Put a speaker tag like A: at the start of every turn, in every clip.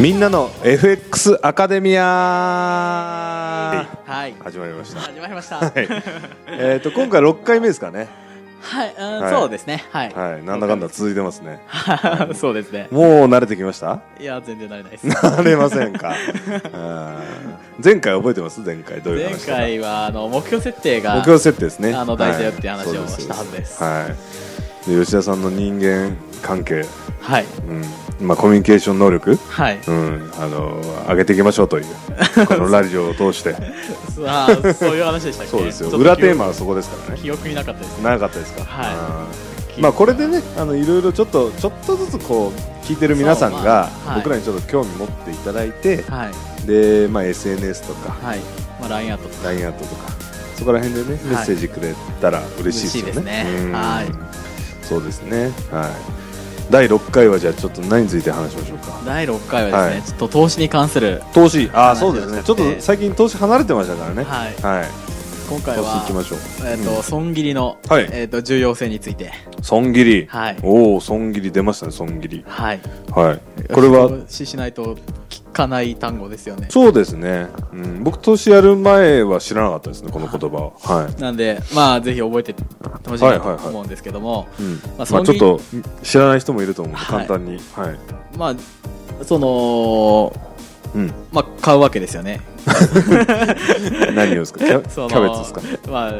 A: みんなの FX アカデミア
B: はい。
A: 始まりました、
B: 始まりました。
A: はいえっと今回6回目ですかね
B: はい、うん
A: はい
B: そうですね。はい。
A: はいなんだかんだ続いてますね
B: だ。そうですね。
A: もう慣れてきました
B: いや、全然慣れないです。
A: 慣れませんかうん前回覚えてます前回どういう
B: 前
A: 話したか
B: 回は、あの、目標設定が、
A: 目標設定ですね
B: あの大事だよっていう
A: はい
B: 話を
A: そうです
B: したはずです
A: はいで吉田さんの人間関係、
B: はい。
A: うんまあ、コミュニケーション能力
B: はい。
A: うん、あの上げていきましょうというこのラジオを通して
B: さあ、 そういう話でしたっけ
A: そうですよ
B: ちょっと記
A: 裏
B: 憶
A: テーマはそこですからね
B: 記憶になかったですね。
A: 長かったですか
B: はい
A: うんまあこれでねあのいろいろちょっとちょっとずつこう聞いてる皆さん
B: そうま
A: が
B: あはい
A: 僕らにちょっと興味持っていただいて、
B: はい。
A: で、まあ、SNS とか
B: はい。まあ、ラインアートとか。
A: LINE アートとかそこら辺でねメッセージくれたら嬉しいですよね,
B: 嬉しいですね
A: うん
B: は
A: そうですねはい第6回はじゃあちょっと何について話しましょうか
B: 第6回はですね、
A: は
B: ちょっと投資に関する、
A: 投資ああ
B: 話
A: そ
B: を
A: う
B: し
A: で
B: て
A: すねちょっと最近投資離れてましたからね
B: はい。
A: はい
B: 今回
A: 投資行
B: は
A: き、ましょう
B: えっと、損切りの、
A: はい
B: えっと、重要性について。
A: うん損切り
B: はい。
A: おお損切り出ましたね損切り
B: はい。
A: はいこれは
B: 投資しないと聞かない単語ですよね。
A: そうですね、うん、僕投資やる前は知らなかったですねこの言葉はは
B: なんで、まあ、ぜひ覚えてほしいなと思うんですけども、
A: い、うん
B: まあ
A: まあ、
B: 損
A: ちょ
B: 切
A: っ
B: り
A: と知らない人もいると思うんで
B: は
A: 簡
B: い
A: 単にはい、
B: まあ、その、
A: うん、
B: まあ、買うわけですよね。
A: 何をですかキャキ
B: その
A: ャベツですか
B: まあ、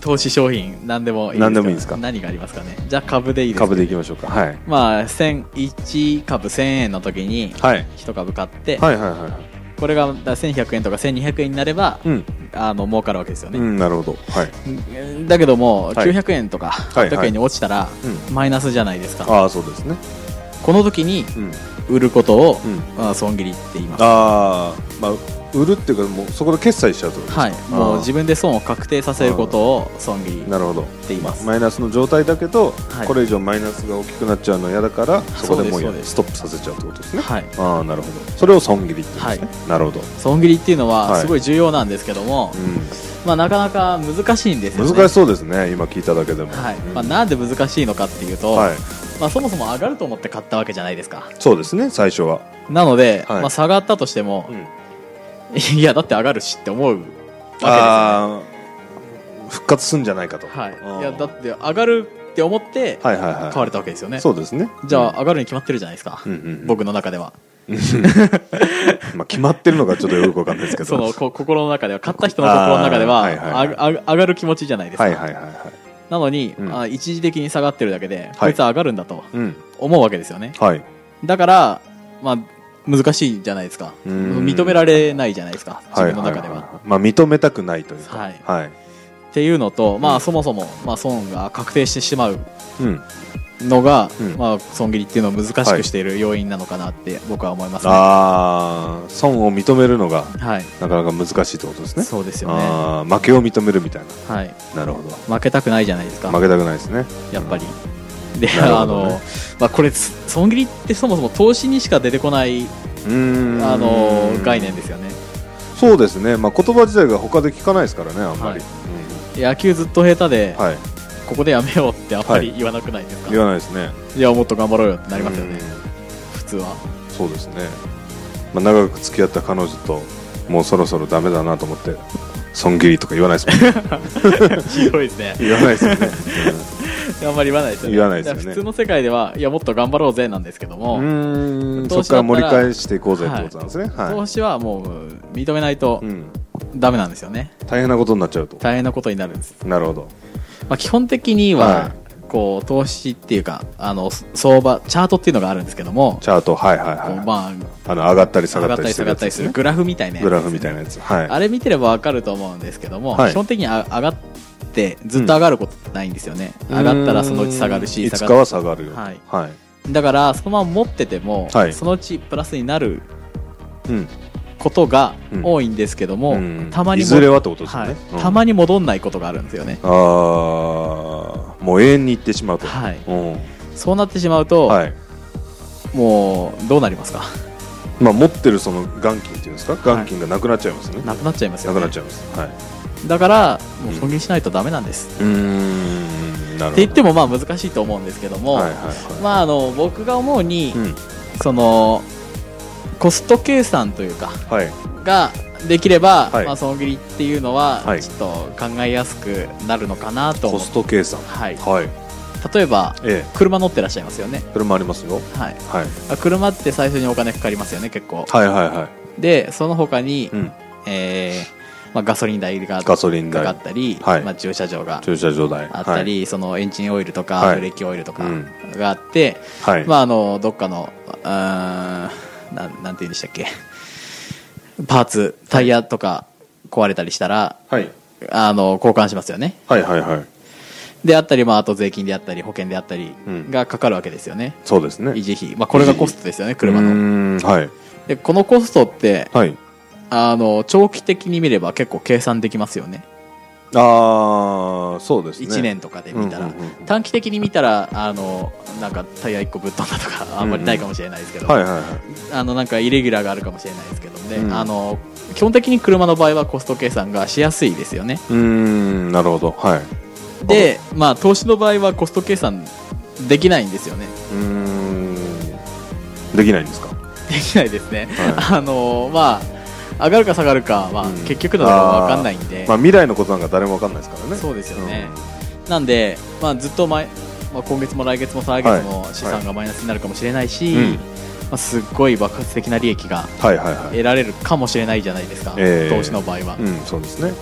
B: 投資商品、何でもいい
A: 何でもいいですか
B: 何がありますかね。じゃあ、株でいいですか
A: 株でいきましょうか、はい、
B: まあ、1000 1株1000円の時に、
A: はい、
B: 1株買って、
A: はいはいはいはい
B: これがだから1100円とか1200円になれば、
A: うん、
B: あの、儲かるわけですよ
A: う
B: ね。
A: ん、なるほどはい、
B: だけど
A: は
B: も、
A: い
B: 900円とか
A: いはい
B: 800円に落ちたら、
A: う
B: マイナスじゃないですか。
A: ああそうですね
B: この時に
A: うん
B: 売ることを、
A: うん
B: まあ、損切りって言います
A: ああまあ売るっていうかもうそこで決済しちゃうってことですか
B: はいもう自分で損を確定させることを損切り
A: なるほど
B: って言います
A: マイナスの状態だけど、
B: はい
A: これ以上マイナスが大きくなっちゃうのは嫌だからそこでもう
B: そうです
A: ストップさせちゃうってことですね
B: はい
A: ああなるほどそれを損切りって言うんですね、なるほど、
B: 損切りっていうの
A: は
B: はいすごい重要なんですけども、まあ、なかなか難しいんですよ
A: う
B: ね
A: ん、難しそうですね今聞いただけでも
B: はい
A: うん
B: まあ、なんで難しいのかっていうと、
A: はい
B: まあ、そもそも上がると思って買ったわけじゃないですか
A: そうですね最初は、
B: なので、
A: はい
B: まあ、下がったとしても、 いやだって上がるしって思うわけですよね
A: ああ復活すんじゃないかと、
B: はい、い
A: あ
B: や
A: ー
B: だって上がるって思って
A: はいはいはい
B: 買われたわけですよね、
A: そうですね
B: じゃあ上がるに決まってるじゃないですか、
A: うんうんうん
B: 僕の中では
A: まあ、決まってるのがちょっとよくわかんないですけど
B: そのこ心の中では買った人の心の中では
A: あーはいはいはい
B: ああ上がる気持ちじゃないですか、
A: はいはいはいはい
B: なのに、
A: うん
B: あ一時的に下がってるだけで、
A: はい
B: こいつは上がるんだと
A: うん
B: 思うわけですよね
A: はい
B: だから、まあ、難しいじゃないですか
A: うーん
B: 認められないじゃないですか自分の中では,、
A: いいいまあ認めたくないというか
B: はい
A: はい、
B: っていうのと、
A: う
B: まあ、
A: ん
B: そもそも、まあ、損が確定してしまう
A: うん
B: のが、
A: うん
B: まあ、損切りっていうのを難しくしている要因なのかなって僕は思いますね、
A: ああ損を認めるのが
B: はい
A: なかなか難しいってことですね
B: そうですよね、
A: あー負けを認めるみたい
B: はい、
A: ななるほど
B: 負けたくないじゃないですか
A: 負けたくないですね
B: やっぱり。で、
A: なる
B: あ
A: ほどね
B: の、まあ、これ、そ損切りってそもそも投資にしか出てこない、
A: うーん
B: あの、概念ですよね。
A: そうですね、まあ、言葉自体が他で聞かないですからねあんまり、
B: はい野球ずっと下手で、
A: うんはい
B: ここでやめようってあんま
A: は
B: り言わなくないですか、
A: 言わないですね
B: い、や、もっと頑張ろうよってなりますよね、
A: うん
B: 普通は。
A: そうですね、まあ、長く付き合った彼女ともうそろそろダメだなと思って損切りとか言わないですもん ね
B: ひどいですね。
A: 言わないですよね、
B: あんまり言わないですよね。
A: 言わないですよね
B: だから普通の世界では、いや、もっと頑張ろうぜなんですけど
A: う ん、
B: も、
A: うーんそ
B: 投
A: こ
B: 資
A: から
B: だったら
A: 盛り返していこうぜってことなんですねはい、
B: 投資はもう、認めないと
A: うん、
B: ダメなんですよね。
A: 大変なことになっちゃうと
B: 大変なことになるんです。
A: なるほど
B: まあ、基本的には、
A: はい
B: こう、投資っていうか、あの、相場、チャートっていうのがあるんですけども、
A: チャートはいはい
B: こう
A: はい、
B: まあ、
A: あの上がったり下
B: 上
A: が
B: が
A: っ
B: った
A: り
B: たり
A: す
B: 下
A: る
B: が
A: や
B: っ
A: つ
B: た
A: で
B: りす
A: す
B: る
A: ね
B: グラフみたいなやつ
A: グラフみたいなやつはい
B: あれ見てればわかると思うんですけども、
A: はい
B: 基本的にあ上がってずっと上がることってないんですよね、上がったらそのうち下がる
A: うーん
B: し
A: いつ
B: 下
A: か
B: が
A: は
B: る
A: 下がるよ
B: はい
A: はい
B: だからそのまま持ってても、
A: はい
B: そのうちプラスになる
A: うん
B: ことが
A: うん
B: 多いんですけども、
A: うん
B: たまに
A: い
B: も
A: ずれはってことですよ
B: は
A: ね
B: い、
A: うん
B: たまに戻んないことがあるんですよね、
A: ああもう永遠に行ってしまうと、
B: はい
A: うん
B: そうなってしまうと、
A: はい
B: もうどうなりますか
A: まあ、持ってるその元金っていうんですか元金がなくなっちゃいますね、
B: なくなっちゃいますよ
A: な
B: ね
A: くなっちゃいますはいう
B: だからもう損切りしないとダメなんです、
A: ーんなるほど
B: って言ってもまあ難しいと思うんですけども、
A: はいはいはい
B: まああの僕が思うに、
A: うん
B: そのコスト計算というか
A: はい
B: ができれば、
A: はい
B: まあ、損切りっていうのは、
A: はい
B: ちょっと考えやすくなるのかなと
A: コ
B: 思
A: スト計算
B: はい
A: はい
B: 例えば
A: ええ
B: 車乗ってらっしゃいますよね、
A: それもありますよ
B: はい、
A: はい
B: あ車って最初にお金かかりますよね結構
A: はいはいは
B: でその他に、
A: いうん
B: えーまあ、ガソリン代が
A: ガ
B: か
A: ソリン
B: か
A: 代
B: ったり、
A: はい
B: まあ、駐車場が
A: 駐車場代
B: あったり、そのエンジンオイルとか
A: はい
B: ブレーキオイルとか
A: うん
B: があって、
A: はい、はい
B: まあ、あのどっかのあーなんなんて言うんでしたっけパーツタイヤとか壊れたりしたら
A: はい
B: あの交換しますよね
A: はいはいはい
B: であったり、まあ、あと税金であったり保険であったり
A: うん
B: がかかるわけですよね、
A: そうですね
B: 維持費、まあ、これがコストですよね車
A: うー
B: の
A: んはい
B: でこのコストって
A: はい
B: あの長期的に見れば結構計算できますよね
A: ああそうですね
B: 1年とかで見たら、
A: うんうんうん
B: 短期的に見たらあのなんかタイヤ1個ぶっ飛んだとかあんまりないかもしれないですけど、
A: はいはいはい
B: あのなんかイレギュラーがあるかもしれないですけどね、
A: うん
B: あの基本的に車の場合はコスト計算がしやすいですよね
A: うーんなるほどはい
B: で、まあ、投資の場合はコスト計算できないんですよね
A: うーんできないんですか
B: できないですね、
A: は
B: あのまあ上がるか下がるかは、
A: うん
B: 結局のところ分かんないんで、
A: まあ未来のことなんか誰もわかんないですからね
B: そうですよね、なんで、まあ、ずっと前、まあ、今月も来月も再来月も資産がマイナスになるかもしれないし、
A: うん
B: まあ、すっごい爆発的な利益が
A: うんはいはいはい
B: 得られるかもしれないじゃないですか、
A: ええ
B: 投資の場合は、
A: うんそうですね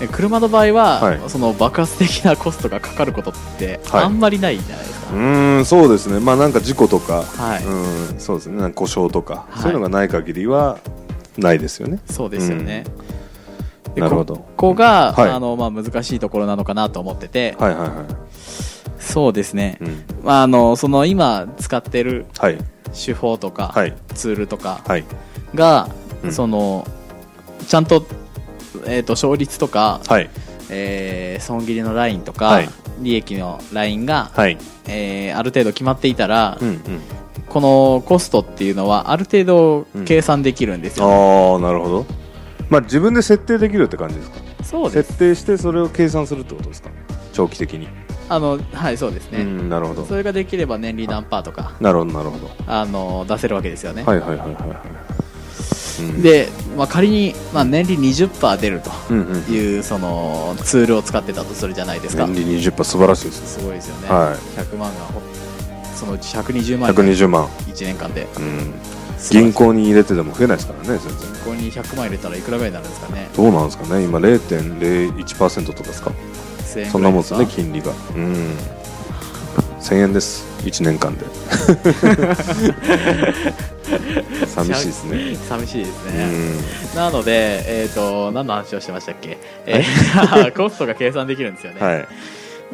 B: で車の場合は、
A: はい
B: その爆発的なコストがかかることって
A: はい
B: あんまりないじゃないですか、
A: うーんそうですねまあなんか事故とか
B: はい
A: うんそうですねなんか故障とか
B: はい
A: そういうのがない限りはないですよね
B: そうですよね、で
A: なるほど
B: ここが、
A: はい
B: あのまあ、難しいところなのかなと思ってて、
A: はいはいはい
B: そうですね、
A: うん
B: まあ、あのその今使ってる
A: はい
B: 手法とか、
A: はい
B: ツールとか、
A: はい
B: が、
A: うん
B: そのちゃんと,、えー、と勝率とか、
A: はい
B: えー損切りのラインとか、
A: はい
B: 利益のラインが、
A: はい
B: えーある程度決まっていたら、
A: うんうん
B: このコストっていうのはある程度計算できるんですよ、
A: ああなるほどまあ自分で設定できるって感じですか
B: そうです
A: 設定してそれを計算するってことですか長期的に
B: あのはいそうです
A: う
B: ね、
A: んなるほど
B: それができれば年利何パーとか
A: なるほどなるほど
B: あの出せるわけですよね、
A: はいはいはいはいはいうん
B: で、まあ、仮に、まあ、年利20%パー出ると
A: うんうん
B: いうそのツールを使ってたとするじゃないですか
A: 年利20%素晴らしいですね
B: すごいですよね、
A: は
B: 100万がほそのうち120万円
A: 120万、
B: 1年間で
A: うん、銀
B: 銀
A: 行に入れてでも増えないですからね全然
B: 行に100万入れたらいくらぐらいになるんですかね
A: どうなんですかね今0.01%とかですか
B: 1000円
A: そんなもんです
B: ぐら
A: ね
B: い
A: 金利がうん1000円です1年間で
B: か
A: 寂しいですね
B: 寂しいです
A: う
B: ね、
A: ん
B: なのでえっ、と何の話をしてましたっけ、えー コストが計算できるんですよね、
A: はい、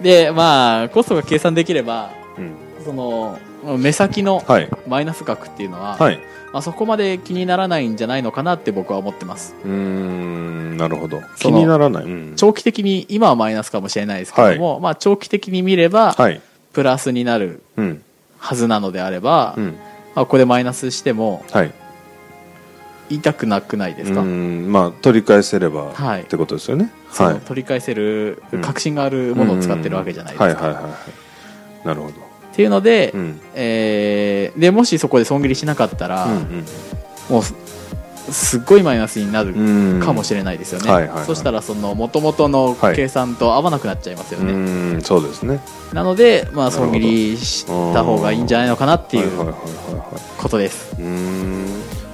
B: でまあコストが計算できれば
A: うん、
B: その目先の
A: はい
B: マイナス額っていうのは、
A: はい
B: まあ、そこまで気にならないんじゃないのかなって僕は思ってます
A: うーんなるほど
B: そ
A: 気
B: の
A: にならない、うん
B: 長期的に今はマイナスかもしれないですけども、まあ、長期的に見れば、
A: はい
B: プラスになる
A: うん
B: はずなのであれば、
A: うん
B: まあ、ここでマイナスしても
A: はい
B: 痛くなくないですか、
A: うんまあ取り返せれば、
B: はい
A: ってことですよね
B: そ
A: は
B: の
A: い
B: 取り返せる
A: うん
B: 確信があるものを使ってるわけじゃないですか、
A: うんはいはいはいはいなるほど
B: っていうので、
A: うん
B: えーでもしそこで損切りしなかったら、もうすすっごいマイナスになる
A: うん
B: かもしれないですよね、
A: うんはいはいはい
B: そしたらその元々の
A: はい
B: 計算と合わなくなっちゃいますよね、
A: うんそうですね
B: なので、ま
A: な
B: あ、
A: るほど
B: 損切りした方がいいんじゃないのかなってい
A: はいうはいはいはいはい
B: ことです、
A: うーん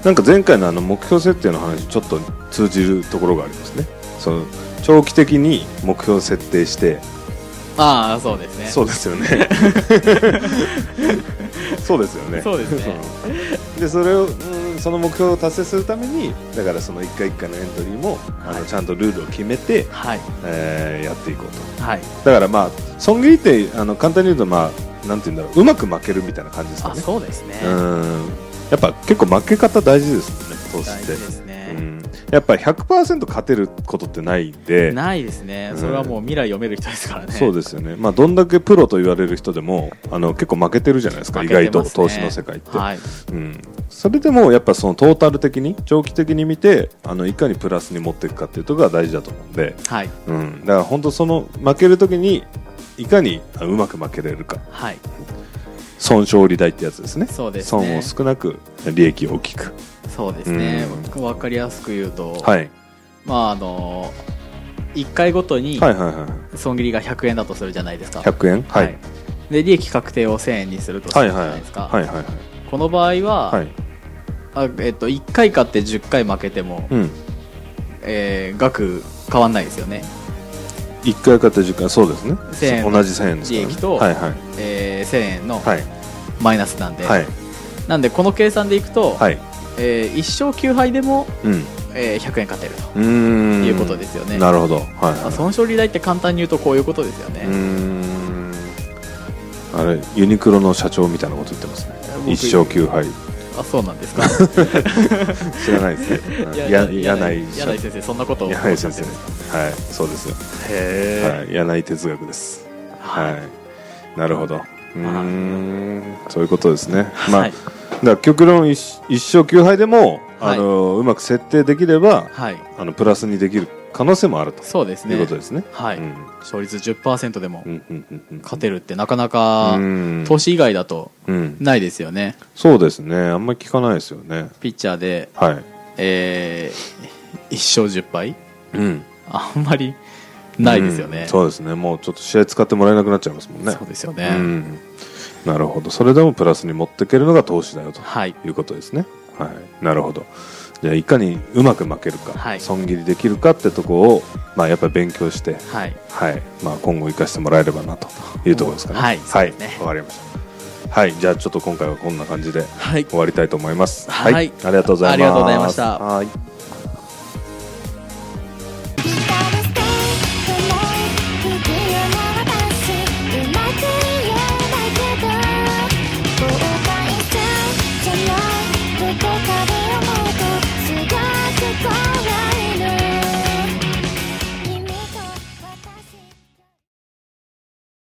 A: なんか前回のあの目標設定の話ちょっと通じるところがありますねその長期的に目標を設定して
B: ああそうですね
A: そうですよね そうですよね
B: そうですね
A: うんでそれをうんその目標を達成するためにだからその一回一回のエントリーも、あ
B: は
A: の
B: い
A: ちゃんとルールを決めて、
B: はい
A: えーやっていこうと
B: はい
A: だからまあ損切りってあの簡単に言うとまあなんて言うんだろううまく負けるみたいな感じですか
B: あ
A: ね
B: そうですね、
A: うんやっぱ結構負け方大事ですもんね投資
B: 大
A: っ
B: 事
A: て、
B: ですね、
A: うん、やっぱ100%勝てることってないんで
B: ないですね、
A: うん
B: それはもう未来読める人ですからね、
A: そうですよね、まあ、どんだけプロと言われる人でもあの結構負けてるじゃないですか、
B: 負
A: 意
B: けてます
A: 外
B: ね
A: と投資の世界って、
B: はい、
A: うん、それでもやっぱそのトータル的に長期的に見てあのいかにプラスに持っていくかっていうところが大事だと思うんで、
B: はい、
A: うん、だから本当その負けるときにいかにあうまく負けれるか
B: はい、
A: 損傷利大ってやつですね
B: そうですね
A: 損を少なく利益を大きく
B: そうですね
A: うん
B: 僕分かりやすく言うと、
A: はい
B: まああの1回ごとに
A: はいはいはい
B: 損切りが100円だとするじゃないですか、
A: 100円はい
B: で利益確定を1000円にするとす
A: は
B: る
A: い
B: じゃ
A: はい
B: ないですか、
A: はいはいはい
B: この場合は、
A: はい
B: あえっと、1回買って10回負けても、
A: うん
B: えー額変わんないですよね、
A: 1回買った時間そうですね
B: 1000円の
A: 同じ1000円ですから、ね、
B: 利益と
A: はいはい
B: えー1000円の
A: はい
B: マイナスなんで、
A: はい
B: なんでこの計算でいくと、
A: はい
B: え1勝9敗でも、
A: うん
B: えー100円勝てると、
A: うーん
B: いうことですよね
A: なるほどはい、はい
B: まあ、損傷利大って簡単に言うとこういうことですよね、
A: うーんあれユニクロの社長みたいなこと言ってますね
B: 僕
A: 一勝9敗
B: あそうなんですか
A: 知らないですね
B: いや
A: や
B: いや
A: 柳井社
B: 柳井先生そんなことを
A: 柳井先
B: おっしゃっ
A: 生
B: てるんです
A: はいそうですよ、
B: かへー
A: はい、柳井哲学ですはいなるほどうーんそういうことですねまあ、
B: はい
A: だから極論一一勝9敗でも、
B: はい
A: あのうまく設定できれば
B: はい
A: あのプラスにできる可能性もあると
B: そうですね
A: いうことですね
B: はい、
A: うん
B: 勝率10%でも
A: うんうんうんうん
B: 勝てるってなかなか
A: うん
B: 投資以外だと
A: うん
B: ないですよね
A: そうですねあんまり聞かないですよね
B: ピッチャーで、
A: はい
B: えー、1勝10敗
A: うん
B: あんまりないですよね、
A: うんそうですねもうちょっと試合使ってもらえなくなっちゃいますもんね
B: そうですよ
A: う
B: ね、
A: んなるほどそれでもプラスに持っていけるのが投資だよと
B: はい
A: いうことですねはいなるほどじゃあいかにうまく負けるか、
B: はい
A: 損切りできるかってとこを、まあ、やっぱり勉強して、
B: はい
A: はいまあ、今後生かしてもらえればなというところですかね
B: はいそう
A: はい
B: ですね
A: わかりましたはいじゃあちょっと今回はこんな感じで
B: はい
A: 終わりたいと思います
B: はい
A: ありがとうございます
B: ありがとうございました
A: はい